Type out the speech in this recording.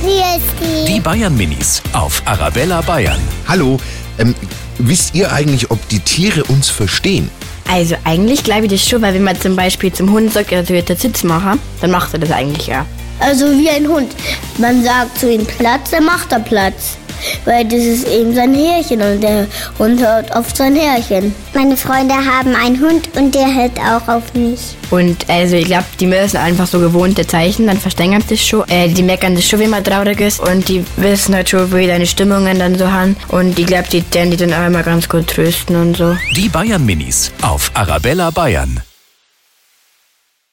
Christi. Die Bayern Minis auf Arabella Bayern. Hallo, ähm, wisst ihr eigentlich, ob die Tiere uns verstehen? Also eigentlich glaube ich das schon, weil wenn man zum Beispiel zum Hund sagt, er wird der Sitz machen, dann macht er das eigentlich ja. Also wie ein Hund. Man sagt zu ihm Platz, er macht da Platz. Weil das ist eben sein Härchen und der Hund hört auf sein Härchen. Meine Freunde haben einen Hund und der hält auch auf mich. Und also ich glaube, die Müller sind einfach so gewohnte Zeichen, dann verstehen sie das schon. Äh, die merken das schon, wenn man traurig ist und die wissen halt schon, wie deine Stimmungen dann so haben. Und ich glaube, die werden die dann auch immer ganz gut trösten und so. Die Bayern Minis auf Arabella Bayern.